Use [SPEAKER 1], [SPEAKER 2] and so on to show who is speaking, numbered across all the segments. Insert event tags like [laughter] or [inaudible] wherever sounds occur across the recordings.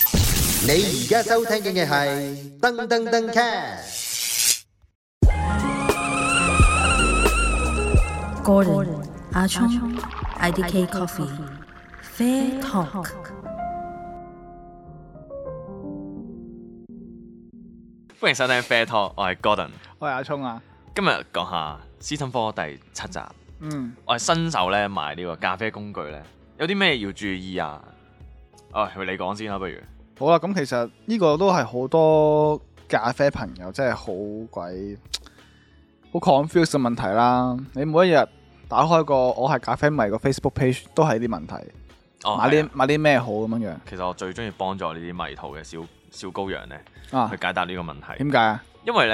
[SPEAKER 1] 你而家收聽嘅係噔噔噔 cast。
[SPEAKER 2] Gordon 阿聰 IDK Coffee Fair Talk。
[SPEAKER 3] 歡迎收聽 Fair Talk，我係 Gordon，
[SPEAKER 4] 喂，阿聰啊，
[SPEAKER 3] 今日講下 Season Four 第七集。
[SPEAKER 4] 嗯，
[SPEAKER 3] 我係新手咧買呢個咖啡工具咧，有啲咩要注意啊？哦，你講先啦，不如。
[SPEAKER 4] 好啦，咁其實呢個都係好多咖啡朋友真係好鬼好 confused 嘅問題啦。你每一日打開個我係咖啡迷個 Facebook page 都係啲問題，
[SPEAKER 3] 哦，
[SPEAKER 4] 買
[SPEAKER 3] 係
[SPEAKER 4] 啲
[SPEAKER 3] 啊
[SPEAKER 4] 買啲咩好咁樣樣
[SPEAKER 3] 其實我最中意幫助呢啲迷途嘅小小羔羊咧，
[SPEAKER 4] 啊
[SPEAKER 3] 去？解答呢個問題。
[SPEAKER 4] 點解啊？
[SPEAKER 3] 因為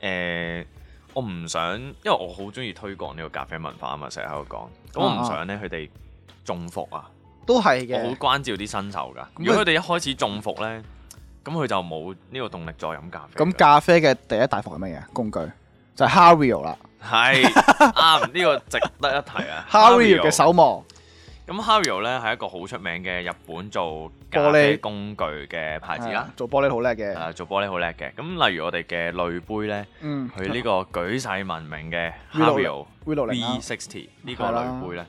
[SPEAKER 3] 咧，誒、我唔想，因為我好中意推廣呢個咖啡文化啊嘛，成日喺度講。咁
[SPEAKER 4] 啊
[SPEAKER 3] 我唔想咧佢哋中伏啊，
[SPEAKER 4] 都係
[SPEAKER 3] 我好
[SPEAKER 4] 嘅，
[SPEAKER 3] 關照啲新手噶。
[SPEAKER 4] 佢
[SPEAKER 3] 如果佢哋一開始中伏咧，咁佢就冇呢個動力再飲咖啡㗎。
[SPEAKER 4] 咁咖啡嘅第一大伏係乜嘢工具？就係 Hario 啦 [laughs]
[SPEAKER 3] 係啱，呢個值得一提啊。
[SPEAKER 4] ，Hario 嘅手磨，
[SPEAKER 3] 咁 Hario 咧係一個好出名嘅日本做
[SPEAKER 4] 玻
[SPEAKER 3] 咖
[SPEAKER 4] 璃
[SPEAKER 3] 啡工具嘅牌子
[SPEAKER 4] 係
[SPEAKER 3] 啦
[SPEAKER 4] 啊。做玻璃好叻
[SPEAKER 3] 誒、
[SPEAKER 4] 嘅，
[SPEAKER 3] 做玻璃好叻嘅。咁例如我哋嘅濾杯咧，
[SPEAKER 4] 嗯，
[SPEAKER 3] 佢呢個舉世聞名嘅 Hario
[SPEAKER 4] V60
[SPEAKER 3] V60
[SPEAKER 4] V60 啦
[SPEAKER 3] 呢個
[SPEAKER 4] 啊係啦
[SPEAKER 3] 濾杯咧，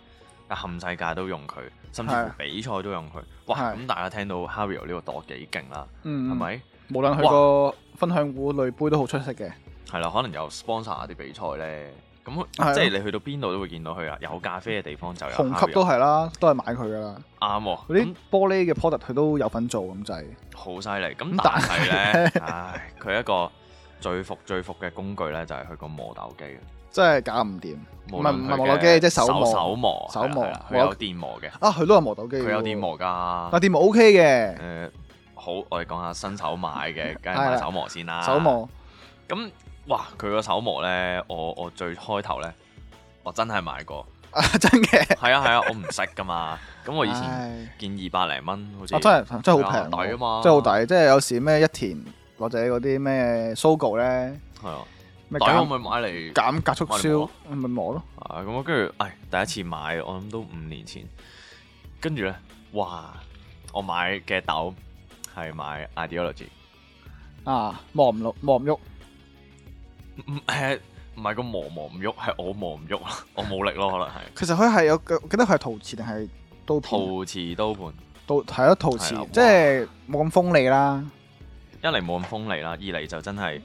[SPEAKER 3] 啊冚世界都用佢，甚至乎
[SPEAKER 4] 係
[SPEAKER 3] 比賽都用佢。哇！
[SPEAKER 4] 係
[SPEAKER 3] 咁大家聽到 Hario 呢個朵幾勁啦，係
[SPEAKER 4] 嗯，？
[SPEAKER 3] 咪？
[SPEAKER 4] 無論佢個分享會濾杯都好出色嘅，
[SPEAKER 3] 係啦，可能有 sponsor 啲比賽咧。咁
[SPEAKER 4] 係啊
[SPEAKER 3] 即係你去到邊度都會見到佢啊！有咖啡嘅地方就有
[SPEAKER 4] 紅
[SPEAKER 3] Hario
[SPEAKER 4] 級都係啊啦，都係買佢噶啦。
[SPEAKER 3] 啱喎，
[SPEAKER 4] 嗰啲玻璃嘅 product 佢都有份做咁滯，
[SPEAKER 3] 咁好犀利。咁
[SPEAKER 4] 咁
[SPEAKER 3] 但係
[SPEAKER 4] [laughs]
[SPEAKER 3] 咧，唉，佢一個最服最服嘅工具咧，就係佢個磨豆機嘅。
[SPEAKER 4] 真係搞唔掂。
[SPEAKER 3] 無
[SPEAKER 4] 唔係
[SPEAKER 3] 論
[SPEAKER 4] 唔
[SPEAKER 3] 佢嘅
[SPEAKER 4] 係磨豆機，即係手磨
[SPEAKER 3] 手磨，
[SPEAKER 4] 手磨
[SPEAKER 3] 係啦係啦佢
[SPEAKER 4] 磨豆
[SPEAKER 3] 有電磨嘅，
[SPEAKER 4] 啊！佢都有磨豆機，
[SPEAKER 3] 佢有電，磨㗎。
[SPEAKER 4] 但電磨 OK 嘅，
[SPEAKER 3] 誒，好，我哋講下新手買嘅，梗係
[SPEAKER 4] 係
[SPEAKER 3] 買
[SPEAKER 4] 啦
[SPEAKER 3] 手磨先啦。
[SPEAKER 4] 手。磨 [laughs]
[SPEAKER 3] 咁，哇！佢個手磨咧，我我最開頭咧，我真係買過。
[SPEAKER 4] 啊真嘅，
[SPEAKER 3] 係啊係啊，我唔識㗎嘛。咁我以前
[SPEAKER 4] 唉
[SPEAKER 3] 見二百零蚊，好似
[SPEAKER 4] 啊真係真係
[SPEAKER 3] 係啊
[SPEAKER 4] 好平
[SPEAKER 3] 抵
[SPEAKER 4] 喎，
[SPEAKER 3] 啊嘛
[SPEAKER 4] 真係好抵。即係有時咩一田或者嗰啲咩 Sogo 咧，
[SPEAKER 3] 係啊，
[SPEAKER 4] 咩
[SPEAKER 3] 抵我
[SPEAKER 4] 減
[SPEAKER 3] 咪買嚟
[SPEAKER 4] 減價促銷
[SPEAKER 3] 我
[SPEAKER 4] 咪磨咯，
[SPEAKER 3] 啊，咁我跟住，唉，第一次買，我諗都五年前。跟住咧，哇！我買嘅豆係買 ideology，
[SPEAKER 4] 啊磨唔落磨唔喐，
[SPEAKER 3] 唔誒唔係個磨磨唔喐，係我磨唔喐啦，我冇力咯，可能係
[SPEAKER 4] 其實佢係有我記得佢係陶瓷定係刀片
[SPEAKER 3] 陶瓷刀盤，
[SPEAKER 4] 刀係咯陶瓷
[SPEAKER 3] 係啊哇，
[SPEAKER 4] 即係冇咁鋒利啦，
[SPEAKER 3] 一嚟冇咁鋒利啦，二嚟就真係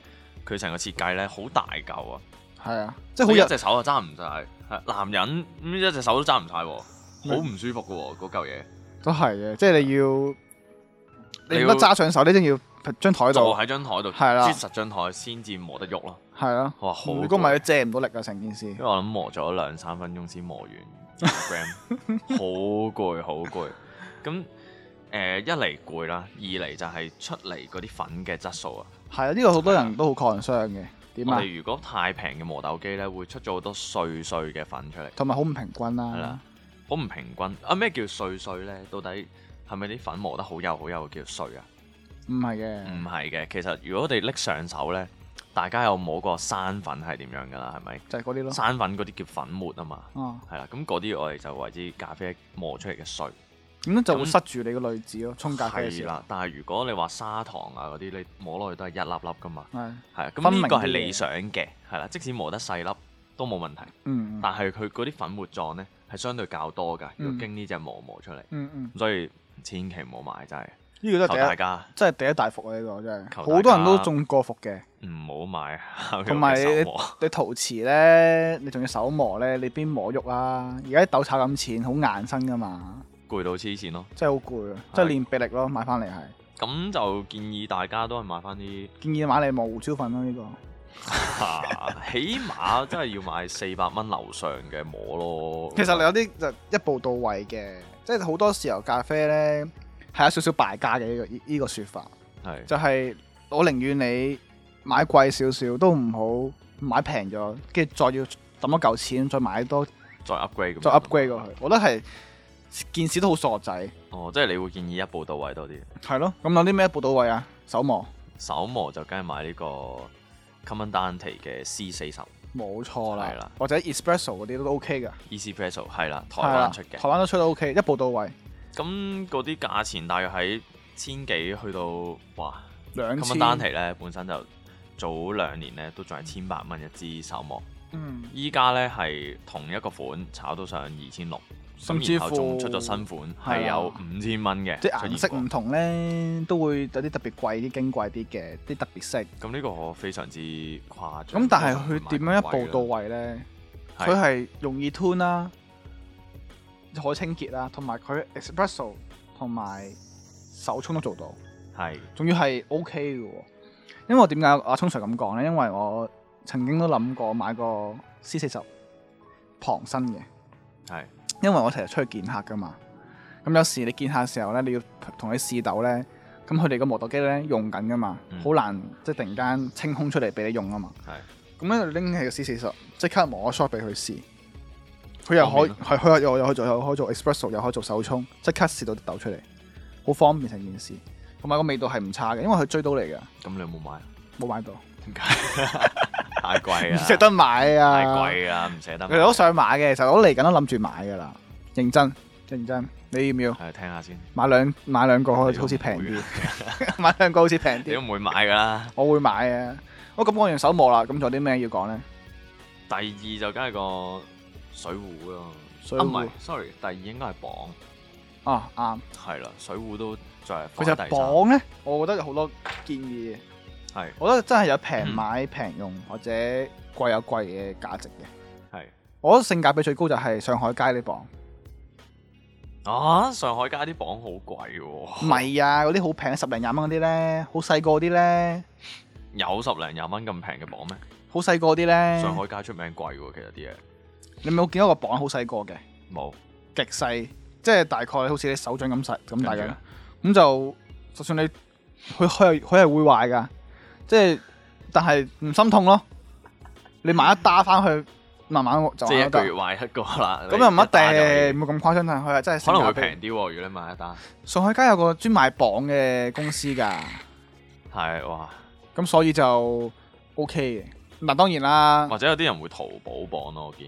[SPEAKER 3] 佢成個設計咧好大嚿啊，
[SPEAKER 4] 係啊，即
[SPEAKER 3] 即
[SPEAKER 4] 係好
[SPEAKER 3] 一
[SPEAKER 4] 有
[SPEAKER 3] 隻手就揸唔晒，係男人咁一隻手都揸唔晒喎，好唔舒服嘅喎嗰嚿嘢，
[SPEAKER 4] 都係嘅，即係你要
[SPEAKER 3] 你
[SPEAKER 4] 你唔
[SPEAKER 3] 要
[SPEAKER 4] 得揸上手，你一定要張
[SPEAKER 3] 坐
[SPEAKER 4] 台度，
[SPEAKER 3] 喺張台度，
[SPEAKER 4] 係啦
[SPEAKER 3] 啜實張台先至磨得喐咯。
[SPEAKER 4] 係咯。
[SPEAKER 3] 哇，好
[SPEAKER 4] 如果唔係，
[SPEAKER 3] 攰
[SPEAKER 4] 你借唔到力啊！成件事
[SPEAKER 3] 因為我諗磨咗兩三分鐘先
[SPEAKER 4] [laughs]
[SPEAKER 3] 磨完 gram，好攰好攰。咁誒、呃一嚟攰啦，二嚟就係出嚟嗰啲粉嘅質素啊。
[SPEAKER 4] 係啊，呢個好多人都好 concern 嘅。點
[SPEAKER 3] 我
[SPEAKER 4] 啊？
[SPEAKER 3] 哋如果太平嘅磨豆機咧，會出咗好多碎碎嘅粉出嚟，
[SPEAKER 4] 同埋好唔平均
[SPEAKER 3] 係啦
[SPEAKER 4] 啦。，
[SPEAKER 3] 好唔平均啊！咩叫碎碎咧？到底係咪啲粉磨得好幼好幼叫碎啊？
[SPEAKER 4] 唔係嘅，
[SPEAKER 3] 唔係嘅，其實如果我哋拎上手咧，大家有摸過生粉係點樣㗎啦？係咪？
[SPEAKER 4] 就係嗰啲咯。
[SPEAKER 3] 生粉嗰啲叫粉末啊嘛。
[SPEAKER 4] 啊，
[SPEAKER 3] 係啦，咁嗰啲我哋就為之咖啡磨出嚟嘅碎，
[SPEAKER 4] 咁咧就會
[SPEAKER 3] 咁
[SPEAKER 4] 塞住你個濾紙咯，沖咖啡嘅時
[SPEAKER 3] 係
[SPEAKER 4] 候。
[SPEAKER 3] 啦。但係如果你話砂糖啊嗰啲，你摸落去都係一粒粒噶嘛，
[SPEAKER 4] 係，
[SPEAKER 3] 係啊。
[SPEAKER 4] 分
[SPEAKER 3] 咁
[SPEAKER 4] 明
[SPEAKER 3] 呢
[SPEAKER 4] 啲
[SPEAKER 3] 個係理想嘅，係啦。即使磨得細粒都冇問題，
[SPEAKER 4] 嗯，嗯
[SPEAKER 3] 但係佢嗰啲粉末狀呢係相對較多㗎。如
[SPEAKER 4] 嗯
[SPEAKER 3] 果經呢只磨磨出嚟，
[SPEAKER 4] 嗯嗯，
[SPEAKER 3] 咁所以千祈唔好買真係，
[SPEAKER 4] 呢個
[SPEAKER 3] 求
[SPEAKER 4] 都
[SPEAKER 3] 大
[SPEAKER 4] 係第一，
[SPEAKER 3] 家
[SPEAKER 4] 真係第一大伏啊！呢個真係，
[SPEAKER 3] 求大家
[SPEAKER 4] 好多人都中過伏嘅。
[SPEAKER 3] 唔好買 Hario
[SPEAKER 4] 同埋
[SPEAKER 3] 嘅手磨。
[SPEAKER 4] 你陶瓷咧，你仲要手磨咧，你邊磨喐啦？而家啲豆炒咁淺，好硬身噶嘛，
[SPEAKER 3] 攰到黐線咯。
[SPEAKER 4] 真係好攰啊！即係
[SPEAKER 3] 係
[SPEAKER 4] 練臂力咯，買翻嚟係。
[SPEAKER 3] 咁就建議大家都係買翻啲， [laughs]
[SPEAKER 4] 建議買嚟磨胡椒粉咯，呢個。
[SPEAKER 3] 啊起碼真係要買四百蚊樓上嘅磨咯。
[SPEAKER 4] 其實你有啲就一步到位嘅，即係好多時候咖啡咧係有少少敗家嘅呢、個呢、呢個説法，
[SPEAKER 3] 係
[SPEAKER 4] 就係、我寧願你買貴少少都唔好買平咗，跟住再要抌一嚿錢再買多
[SPEAKER 3] 再 upgrade 咁樣
[SPEAKER 4] 再 upgrade 過去，我覺得係件事都好傻仔，
[SPEAKER 3] 哦，即係你會建議一步到位多啲，
[SPEAKER 4] 係咯。咁有啲咩一步到位啊？手磨
[SPEAKER 3] 手磨就梗係買呢個 Commandante 嘅 C 四十
[SPEAKER 4] 冇錯
[SPEAKER 3] 係
[SPEAKER 4] 啦
[SPEAKER 3] 啦，
[SPEAKER 4] 或者 espresso 嗰啲都 OK 㗎，
[SPEAKER 3] Easy E Presso 係啦，台
[SPEAKER 4] 係啦
[SPEAKER 3] 灣出
[SPEAKER 4] 台
[SPEAKER 3] 嘅。
[SPEAKER 4] 灣都出得 OK，一步到位，
[SPEAKER 3] 咁嗰啲價錢大約喺千幾去到哇，
[SPEAKER 4] 兩
[SPEAKER 3] 咁
[SPEAKER 4] 千
[SPEAKER 3] 樣單期咧本身就早兩年咧都仲係千八蚊一支手膜，
[SPEAKER 4] 嗯，
[SPEAKER 3] 依家咧係同一個款炒到上二千六，
[SPEAKER 4] 甚
[SPEAKER 3] 咁
[SPEAKER 4] 至
[SPEAKER 3] 然後仲
[SPEAKER 4] 乎
[SPEAKER 3] 出咗新款
[SPEAKER 4] 係
[SPEAKER 3] 係有
[SPEAKER 4] 啊
[SPEAKER 3] 五千蚊嘅，
[SPEAKER 4] 即係顏色
[SPEAKER 3] 出現
[SPEAKER 4] 唔同咧，都會有啲特別貴啲、矜貴啲嘅啲特別色。
[SPEAKER 3] 過咁呢個我非常之誇張。
[SPEAKER 4] 咁但係佢點樣一步到
[SPEAKER 3] 位？
[SPEAKER 4] 位咧？
[SPEAKER 3] 係
[SPEAKER 4] 佢係容易 tune 啦，可清潔啦，同埋佢 espresso 同埋手沖都做到。
[SPEAKER 3] 係
[SPEAKER 4] 仲要係 OK 嘅喎。因為我點解阿聰 Sir 咁講呢？因為我曾經都諗過買個 C 四十旁身嘅，
[SPEAKER 3] 係
[SPEAKER 4] 因為我成日出去見客噶嘛。咁有時你見客嘅時候呢，你要同佢試豆呢，咁佢哋個磨豆機呢用緊噶嘛，
[SPEAKER 3] 嗯
[SPEAKER 4] 好、難即係突然間清空出嚟俾你用啊嘛。
[SPEAKER 3] 係
[SPEAKER 4] 咁咧就拎起個 C 四十，即刻磨個 shot 俾佢試。佢又可
[SPEAKER 3] 方
[SPEAKER 4] 以
[SPEAKER 3] 便啊
[SPEAKER 4] 係佢又又可以做又可以做 espresso，又可以做手沖，即刻試到啲豆出嚟，好方便成件事。同埋個味道係唔差嘅，因為佢追到嚟嘅。
[SPEAKER 3] 咁你有冇買？
[SPEAKER 4] 冇買到，
[SPEAKER 3] 點解？太貴
[SPEAKER 4] 唔
[SPEAKER 3] 啦！
[SPEAKER 4] 捨得買啊！
[SPEAKER 3] 太貴啦，唔捨得買。
[SPEAKER 4] 其實都想買嘅，其實我嚟緊都諗住買噶啦，認真認真。你要唔要
[SPEAKER 3] 係聽下先。
[SPEAKER 4] 買兩買兩個好
[SPEAKER 3] 你都
[SPEAKER 4] 好似平
[SPEAKER 3] 唔會
[SPEAKER 4] 啲
[SPEAKER 3] 啊，
[SPEAKER 4] [laughs] 買兩個好似平
[SPEAKER 3] 你都
[SPEAKER 4] 啲，
[SPEAKER 3] 唔會買㗎啦。
[SPEAKER 4] 我會買嘅。我咁講完手磨啦，咁仲有啲咩要講咧？
[SPEAKER 3] 第二就梗係個水壺咯，
[SPEAKER 4] 水
[SPEAKER 3] 啊
[SPEAKER 4] 壺
[SPEAKER 3] 唔係，sorry，第二應該係磅，
[SPEAKER 4] 啊啱，
[SPEAKER 3] 係啦，水壺都再係
[SPEAKER 4] 佢
[SPEAKER 3] 放
[SPEAKER 4] 就
[SPEAKER 3] 喺第三，
[SPEAKER 4] 磅咧，我覺得有好多建議嘅。
[SPEAKER 3] 係
[SPEAKER 4] 我覺得真係有平
[SPEAKER 3] 嗯
[SPEAKER 4] 買平用或者貴有貴嘅價值嘅。
[SPEAKER 3] 係
[SPEAKER 4] 我覺得性價比最高就係上海街呢磅，
[SPEAKER 3] 哦啊！上海街啲磅好貴喎，
[SPEAKER 4] 唔係啊，嗰啲好平十零廿蚊嗰啲咧，好細個嗰啲咧，
[SPEAKER 3] 有十零廿蚊咁平嘅磅咩？
[SPEAKER 4] 好細個嗰啲咧。
[SPEAKER 3] 上海街出名貴喎，其實啲嘢
[SPEAKER 4] 你有冇見到個磅好細個嘅，
[SPEAKER 3] 冇
[SPEAKER 4] 極細，即係大概好似你手掌咁細咁大
[SPEAKER 3] 跟住
[SPEAKER 4] 嘅
[SPEAKER 3] 呢。
[SPEAKER 4] 咁就就算你佢佢係佢係會壞㗎，即係但係唔心痛咯。你買一打翻去，慢慢就
[SPEAKER 3] 即係一
[SPEAKER 4] 玩得
[SPEAKER 3] 個月壞一個啦。
[SPEAKER 4] 咁又唔
[SPEAKER 3] 你打就
[SPEAKER 4] 一定，唔會咁誇張，但係佢係真係
[SPEAKER 3] 可能會
[SPEAKER 4] 性價比
[SPEAKER 3] 平啲喎。如果你買一打，
[SPEAKER 4] 上海街有個專賣磅嘅公司㗎，
[SPEAKER 3] 係哇，
[SPEAKER 4] 咁所以就 OK 嘅。嗱當然啦，
[SPEAKER 3] 或者有啲人會淘寶磅咯，我見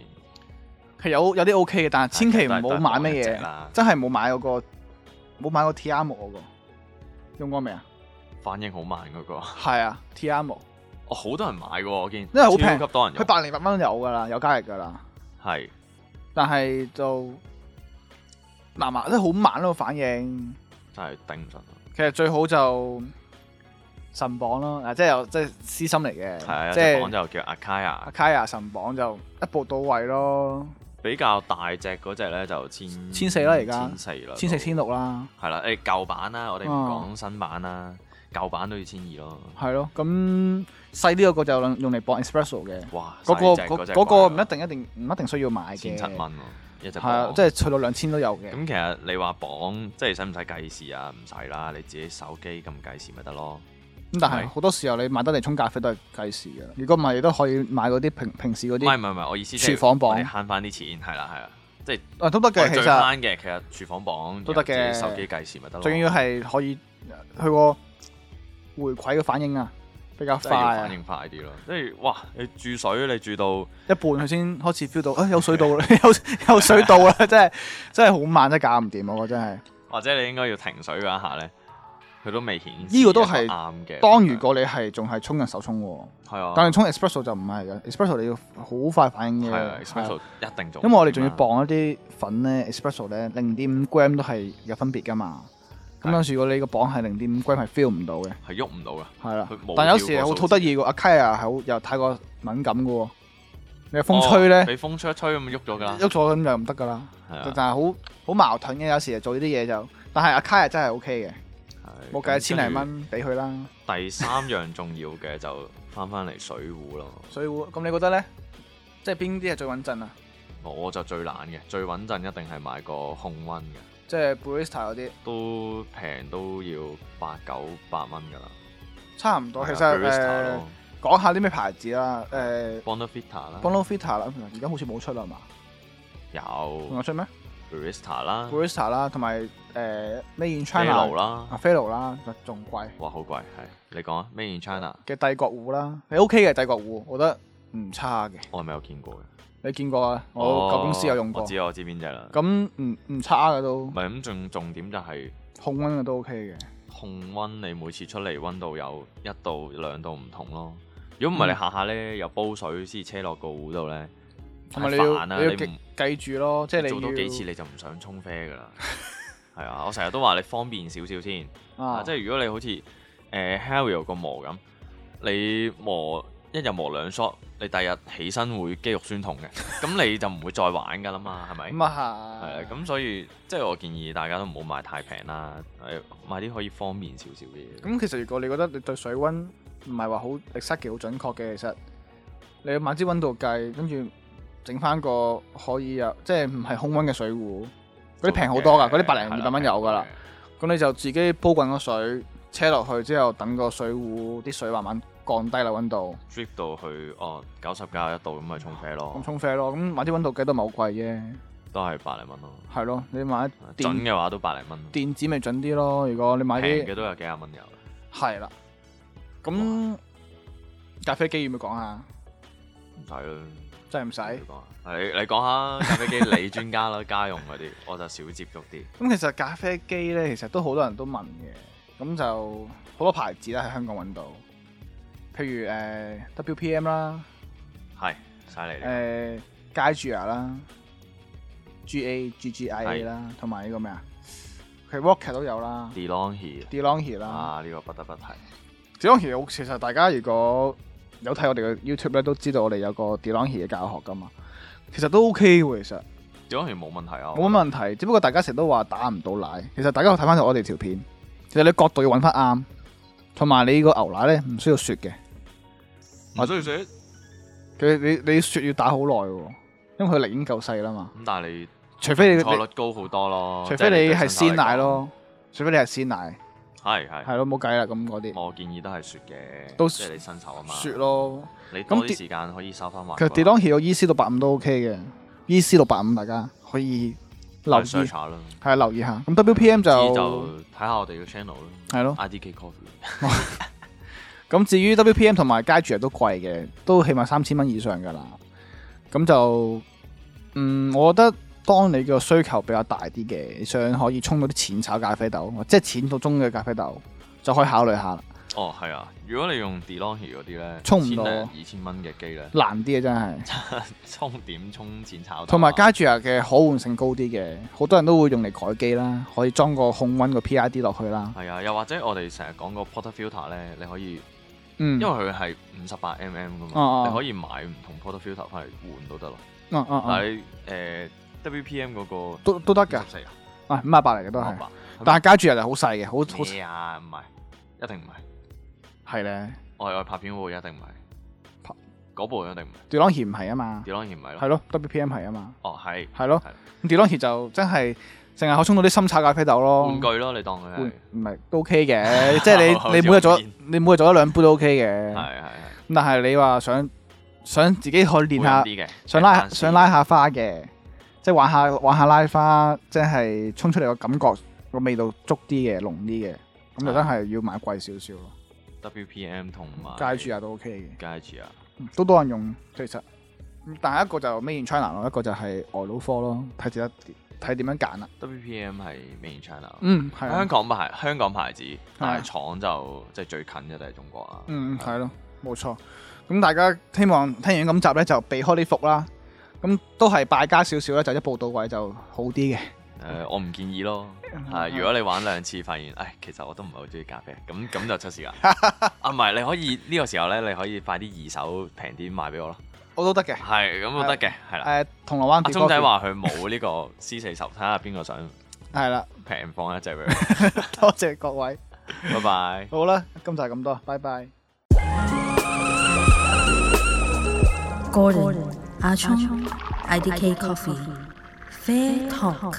[SPEAKER 4] 係有有啲 OK 嘅，但係千祈唔
[SPEAKER 3] 都係
[SPEAKER 4] 好
[SPEAKER 3] 都係
[SPEAKER 4] 買
[SPEAKER 3] 磅
[SPEAKER 4] 乜
[SPEAKER 3] 一隻
[SPEAKER 4] 嘢，
[SPEAKER 3] 啦。
[SPEAKER 4] 真係冇買嗰個冇買過 Tiamo 嗰個，用過未啊？
[SPEAKER 3] 反應好慢嗰個，
[SPEAKER 4] 係啊，Tiamo，
[SPEAKER 3] 我好多人買嘅喎，我見因
[SPEAKER 4] 為好平
[SPEAKER 3] 級多人
[SPEAKER 4] 佢
[SPEAKER 3] 用，
[SPEAKER 4] 百零百蚊有㗎啦，有交易㗎啦，
[SPEAKER 3] 係
[SPEAKER 4] 但係就嗱麻真係好慢咯個反應。
[SPEAKER 3] 真係頂唔順。啊
[SPEAKER 4] 其實最好就神榜咯，啊即係有即係私心嚟嘅，
[SPEAKER 3] 係啊，
[SPEAKER 4] 即
[SPEAKER 3] 即
[SPEAKER 4] 係
[SPEAKER 3] 係講就叫 Akaya，
[SPEAKER 4] Akaya 神榜就一步到位咯。
[SPEAKER 3] 比較大隻嗰只咧就千
[SPEAKER 4] 千四啦而家
[SPEAKER 3] 千四啦，
[SPEAKER 4] 千四千六啦，
[SPEAKER 3] 係啦，誒舊版啦，我哋唔
[SPEAKER 4] 嗯
[SPEAKER 3] 講新版啦，舊版都要千二咯，
[SPEAKER 4] 係咯，咁細啲嗰個就用用嚟搏 espresso 嘅，
[SPEAKER 3] 哇！
[SPEAKER 4] 嗰、個
[SPEAKER 3] 細隻
[SPEAKER 4] 嗰
[SPEAKER 3] 隻
[SPEAKER 4] 嗰個唔
[SPEAKER 3] 貴啊
[SPEAKER 4] 一定一定唔一定需要買嘅，
[SPEAKER 3] 千七蚊喎，一隻
[SPEAKER 4] 係啊
[SPEAKER 3] 磅，
[SPEAKER 4] 即係去到兩千都有嘅。
[SPEAKER 3] 咁其實你話磅即係使唔使計時啊？唔使啦，你自己手機咁計時咪得咯。
[SPEAKER 4] 咁但係
[SPEAKER 3] 係
[SPEAKER 4] 好多時候你買得嚟沖咖啡都係計時嘅，如果唔係你都可以買嗰啲平平時嗰
[SPEAKER 3] 唔係
[SPEAKER 4] 啲，
[SPEAKER 3] 唔係唔係，我意思即係
[SPEAKER 4] 廚房磅
[SPEAKER 3] 我哋慳翻啲錢，係啦係啦，即係
[SPEAKER 4] 啊都得
[SPEAKER 3] 我
[SPEAKER 4] 嘅。
[SPEAKER 3] 哋
[SPEAKER 4] 其
[SPEAKER 3] 最
[SPEAKER 4] 實
[SPEAKER 3] 慳嘅其實廚房磅
[SPEAKER 4] 都得嘅
[SPEAKER 3] 然後自己手機計時咪得咯。
[SPEAKER 4] 最緊要係可以佢個回饋嘅反應啊，比較
[SPEAKER 3] 即
[SPEAKER 4] 快
[SPEAKER 3] 係要
[SPEAKER 4] 啊
[SPEAKER 3] 反，應快啲咯，即係哇！你注水你注到〜
[SPEAKER 4] 一半佢先開始 feel 到，啊有水到啦， [laughs] 有有水到啦，真 [laughs] 係真係好慢，真係搞唔掂我覺得真係。
[SPEAKER 3] 或者你應該要停水嗰一下咧，佢都未顯示
[SPEAKER 4] 呢個都
[SPEAKER 3] 一個
[SPEAKER 4] 係
[SPEAKER 3] 啱嘅。
[SPEAKER 4] 當如果你係仲係沖緊手沖喎，
[SPEAKER 3] 係啊，
[SPEAKER 4] 但係沖 espresso 就唔係嘅，espresso 你要好快反應嘅。
[SPEAKER 3] 係啊
[SPEAKER 4] 係啊
[SPEAKER 3] ，espresso 一定做唔掂啊。
[SPEAKER 4] 因為我哋仲要磅一啲粉咧，espresso 咧零點五 gram 都係有分別噶嘛。咁
[SPEAKER 3] 係
[SPEAKER 4] 有時如果你個磅係零點五 gram 係 feel 唔到嘅，
[SPEAKER 3] 係喐唔到噶，
[SPEAKER 4] 係啦
[SPEAKER 3] 佢冇。
[SPEAKER 4] 但有時
[SPEAKER 3] 標個
[SPEAKER 4] 好
[SPEAKER 3] 數字
[SPEAKER 4] 好得意喎，阿 Kaya 係好又太過敏感嘅喎，你風吹
[SPEAKER 3] 哦
[SPEAKER 4] 咧
[SPEAKER 3] 俾風吹一吹咁就喐咗噶啦。
[SPEAKER 4] 喐咗咁就唔得噶啦。
[SPEAKER 3] 係
[SPEAKER 4] 但
[SPEAKER 3] 啊，
[SPEAKER 4] 係好好矛盾嘅，有時做呢啲嘢就，但係阿 Kaya 真係 OK 嘅，
[SPEAKER 3] 係
[SPEAKER 4] 冇計千零。
[SPEAKER 3] 咁
[SPEAKER 4] 蚊俾佢啦。
[SPEAKER 3] 跟住第三樣重要嘅就翻翻嚟水壺咯，
[SPEAKER 4] 所以會咁你覺得咧，即係邊啲係最穩陣啊？
[SPEAKER 3] 我就最懶嘅，最穩陣一定係買個控温嘅，
[SPEAKER 4] 即係 barista 嗰啲
[SPEAKER 3] 都平都要八九百蚊噶啦。
[SPEAKER 4] 差唔哦多。其實呃
[SPEAKER 3] 係啊
[SPEAKER 4] 誒
[SPEAKER 3] Barista 咯
[SPEAKER 4] 講下啲咩牌子啦，誒。
[SPEAKER 3] ，Bonavita 啦，
[SPEAKER 4] Bonavita 啦，嗯而家好似冇出啦嘛，仲有
[SPEAKER 3] 有
[SPEAKER 4] 出咩
[SPEAKER 3] Barista 啦
[SPEAKER 4] ？Barista 啦，同埋誒 Made
[SPEAKER 3] ，Hello
[SPEAKER 4] in China
[SPEAKER 3] 啦，
[SPEAKER 4] 啊 f e l o 啦，就仲貴
[SPEAKER 3] 哇，好貴，係你講啊，Made in China，
[SPEAKER 4] 嘅帝國湖啦，你 OK 嘅帝國湖，我覺得唔差嘅，
[SPEAKER 3] 我係咪有見過嘅？
[SPEAKER 4] 你見過啊？我
[SPEAKER 3] 哦
[SPEAKER 4] 舊公司有用過
[SPEAKER 3] 我，知我知邊只啦。
[SPEAKER 4] 咁唔唔差嘅
[SPEAKER 3] 唔
[SPEAKER 4] 都，
[SPEAKER 3] 係咁重重點就係
[SPEAKER 4] 控温嘅都 OK 嘅，
[SPEAKER 3] 控温，你每次出嚟温度有一度兩度唔同咯。如果唔
[SPEAKER 4] 嗯
[SPEAKER 3] 係你下下咧又煲水先車落個壺度咧，
[SPEAKER 4] 同埋你
[SPEAKER 3] 太
[SPEAKER 4] 要
[SPEAKER 3] 煩啦
[SPEAKER 4] 你要
[SPEAKER 3] 你
[SPEAKER 4] 記
[SPEAKER 3] 唔
[SPEAKER 4] 記住咯，即係你
[SPEAKER 3] 做多
[SPEAKER 4] 要
[SPEAKER 3] 幾次你就唔想沖啡
[SPEAKER 4] [laughs]
[SPEAKER 3] 噶啦。係啊，我成日都話你方便少少先。
[SPEAKER 4] 啊，
[SPEAKER 3] 啊，即係如果你好似誒 Harry 個磨咁，你磨一日磨兩 shot，你第日起身會肌肉酸痛
[SPEAKER 4] [laughs]
[SPEAKER 3] 嘅，咁你就唔會再玩㗎啦嘛，係咪？
[SPEAKER 4] 咁啊
[SPEAKER 3] 係啊
[SPEAKER 4] 係，，
[SPEAKER 3] 咁所以即係我建議大家都唔好買太平啦，誒買啲可以方便少少嘅嘢。
[SPEAKER 4] 咁其實如果你覺得你對水温唔係話好 exact 好準確嘅，其實你要買支温度計，跟住整翻個可以有即係唔係空温嘅水壺，嗰啲平好多㗎，嗰啲百零二百蚊有
[SPEAKER 3] 啊
[SPEAKER 4] 㗎啦。咁你就自己煲滾個水，車落去之後，等個水壺啲水慢慢降低啦温度，
[SPEAKER 3] ，drip 到去哦九十加一度咁咪沖啡咯
[SPEAKER 4] 咁，沖啡咯。咁買啲温度計都唔係好貴啫，
[SPEAKER 3] 都係百零蚊咯。
[SPEAKER 4] 係咯。你買
[SPEAKER 3] 啊準
[SPEAKER 4] 電
[SPEAKER 3] 嘅話都百零蚊，
[SPEAKER 4] 電子咪準啲咯。如果你買
[SPEAKER 3] 平嘅
[SPEAKER 4] 啲
[SPEAKER 3] 都有幾廿蚊有。
[SPEAKER 4] 係啦，咁咖啡機要唔要講下？
[SPEAKER 3] 唔使啦，
[SPEAKER 4] 真係唔使
[SPEAKER 3] 你。講下，你你講下咖啡機你專家啦，家用嗰啲 [laughs] 我就少接觸啲。
[SPEAKER 4] 咁其實咖啡機咧，其實都好多人都問嘅，咁就好多牌子啦喺香港揾到，譬如誒、呃 WPM 啦，
[SPEAKER 3] 係，啊犀利
[SPEAKER 4] 誒、
[SPEAKER 3] 呢
[SPEAKER 4] Gaia 啦，GA、GGIA 啦，同埋呢個咩啊，佢 Rocket 都有啦
[SPEAKER 3] 個 DeLonghi
[SPEAKER 4] ，DeLonghi 啦
[SPEAKER 3] 啊，呢個不得不提。
[SPEAKER 4] ，DeLonghi 我其實大家如果有睇我哋嘅 YouTube 咧，都知道我哋有個 DeLonghi 嘅教學噶嘛，其實都 OK 喎，其實
[SPEAKER 3] DeLonghi 冇問題啊，
[SPEAKER 4] 冇乜問題，只不過大家成日都話打唔到奶，其實大家睇翻我哋條片，其實你角度要揾翻啱，同埋你個牛奶咧唔需要雪嘅，
[SPEAKER 3] 我需要寫。
[SPEAKER 4] 佢你你雪要打好耐喎，因為佢力已經夠細啦嘛，
[SPEAKER 3] 咁但係你
[SPEAKER 4] 除非你
[SPEAKER 3] 錯
[SPEAKER 4] 你
[SPEAKER 3] 率高好多咯，
[SPEAKER 4] 除
[SPEAKER 3] 即係
[SPEAKER 4] 非你
[SPEAKER 3] 對
[SPEAKER 4] 係
[SPEAKER 3] 新手嚟
[SPEAKER 4] 鮮奶
[SPEAKER 3] 講。
[SPEAKER 4] 咯，除非你係鮮奶，
[SPEAKER 3] 係係，
[SPEAKER 4] 係咯冇計啦咁嗰啲
[SPEAKER 3] 我建議都係雪嘅，
[SPEAKER 4] 都
[SPEAKER 3] 即係你新手啊嘛。
[SPEAKER 4] 雪，咯，
[SPEAKER 3] 你多
[SPEAKER 4] 咁
[SPEAKER 3] 啲時間可以收翻埋。
[SPEAKER 4] 其實 d e l o n g h 有 EC 六八五都 OK 嘅，EC 六八五大家可以留意
[SPEAKER 3] search 下啦，
[SPEAKER 4] 係啊留意下，咁 WPM
[SPEAKER 3] 知
[SPEAKER 4] 就
[SPEAKER 3] 就睇下我哋嘅 channel 啦。
[SPEAKER 4] 係咯。
[SPEAKER 3] IDK Coffee
[SPEAKER 4] 咁至於 WPM 同埋街住都貴嘅，都起碼三千蚊以上㗎啦。咁就嗯，我覺得當你個需求比較大啲嘅，你想可以沖到啲淺炒咖啡豆，即係淺到中嘅咖啡豆，就可以考慮下啦。
[SPEAKER 3] 哦，係啊，如果你用 DeLonghi 嗰啲咧，
[SPEAKER 4] 沖唔到
[SPEAKER 3] 二千蚊嘅機咧，
[SPEAKER 4] 難啲嘅啊真係，
[SPEAKER 3] 沖點沖錢炒豆啊？
[SPEAKER 4] 同埋街住嘅可換性高啲嘅，好多人都會用嚟改機啦，可以裝個控温個 PID 落去啦。
[SPEAKER 3] 係啊，又或者我哋成日講個 Portafilter 咧，你可以
[SPEAKER 4] 嗯，
[SPEAKER 3] 因為佢係五十八 mm 噶
[SPEAKER 4] 哦哦
[SPEAKER 3] 嘛，你可以買唔同 portafilter 翻嚟換都得咯。
[SPEAKER 4] 啊啊啊
[SPEAKER 3] 但係誒 WPM 嗰個
[SPEAKER 4] 都都得㗎
[SPEAKER 3] 五，十四啊，
[SPEAKER 4] 啊五啊八嚟嘅都係，
[SPEAKER 3] 係
[SPEAKER 4] 但係街住就好細嘅，好好
[SPEAKER 3] 咩啊？唔係，一定唔係。
[SPEAKER 4] 係咧
[SPEAKER 3] 我係我拍片嗰部一定唔係，
[SPEAKER 4] 拍
[SPEAKER 3] 嗰部一定唔係
[SPEAKER 4] d e l o n g 唔係啊嘛，
[SPEAKER 3] ，Delonghi 唔係
[SPEAKER 4] 係
[SPEAKER 3] 咯。
[SPEAKER 4] 咯 WPM 係啊嘛，
[SPEAKER 3] 哦，係
[SPEAKER 4] 係咯。
[SPEAKER 3] 係
[SPEAKER 4] 咁 d e l o n g 就真係淨係可沖到啲深炒咖啡豆咯，
[SPEAKER 3] 玩具咯，你當佢係
[SPEAKER 4] 換唔係都
[SPEAKER 3] [laughs]
[SPEAKER 4] OK 嘅，即係
[SPEAKER 3] 好
[SPEAKER 4] 你你每日做一
[SPEAKER 3] 有面
[SPEAKER 4] 你每日做一兩杯都 OK 嘅。
[SPEAKER 3] 係
[SPEAKER 4] 咁
[SPEAKER 3] 係
[SPEAKER 4] 但係你話想想自己去練
[SPEAKER 3] 係
[SPEAKER 4] 下
[SPEAKER 3] 換，啲嘅，
[SPEAKER 4] 想拉
[SPEAKER 3] 簡單啲
[SPEAKER 4] 想拉下花嘅，即係玩下玩下拉花，即係沖出嚟個感覺個味道足啲嘅，濃啲嘅，咁就真係要買貴少少咯。
[SPEAKER 3] WPM 同埋
[SPEAKER 4] 街住啊都 OK 嘅。
[SPEAKER 3] 街住啊，
[SPEAKER 4] 都多人用，其實。但係一個就 Made in China 咯，一個就係外佬科咯，睇自己睇點樣揀啦。
[SPEAKER 3] WPM 係 Main China。
[SPEAKER 4] 嗯，係啊
[SPEAKER 3] 香，港牌香港牌子，但係廠就即係最近嘅就係中啊國啦。
[SPEAKER 4] 嗯，係咯，冇錯。咁大家希望聽完咁集咧就避開啲伏啦。咁都係敗家少少咧，就一步到位就好啲嘅。
[SPEAKER 3] 誒、我唔建議咯。
[SPEAKER 4] 嗯
[SPEAKER 3] 啊，如果你玩兩次發現，唉，其實我都唔係好中意咖啡，咁咁就出事
[SPEAKER 4] [laughs]
[SPEAKER 3] 啦。啊，唔係，你可以呢、個時候咧，你可以快啲二手平啲賣俾我啦。
[SPEAKER 4] 我都得嘅。
[SPEAKER 3] 係，咁都得嘅，係啦。
[SPEAKER 4] 誒，銅鑼灣
[SPEAKER 3] 阿
[SPEAKER 4] 碟
[SPEAKER 3] 鐘仔
[SPEAKER 4] 哥
[SPEAKER 3] 話佢冇呢個 C 四十，睇下邊個想
[SPEAKER 4] 係啦， [laughs]
[SPEAKER 3] 平放一隻俾佢。
[SPEAKER 4] 多謝各位。
[SPEAKER 3] 拜拜。
[SPEAKER 4] 好啦，今集咁多，拜拜。
[SPEAKER 2] Gordon, Achong, IDK Coffee, Fair Talk.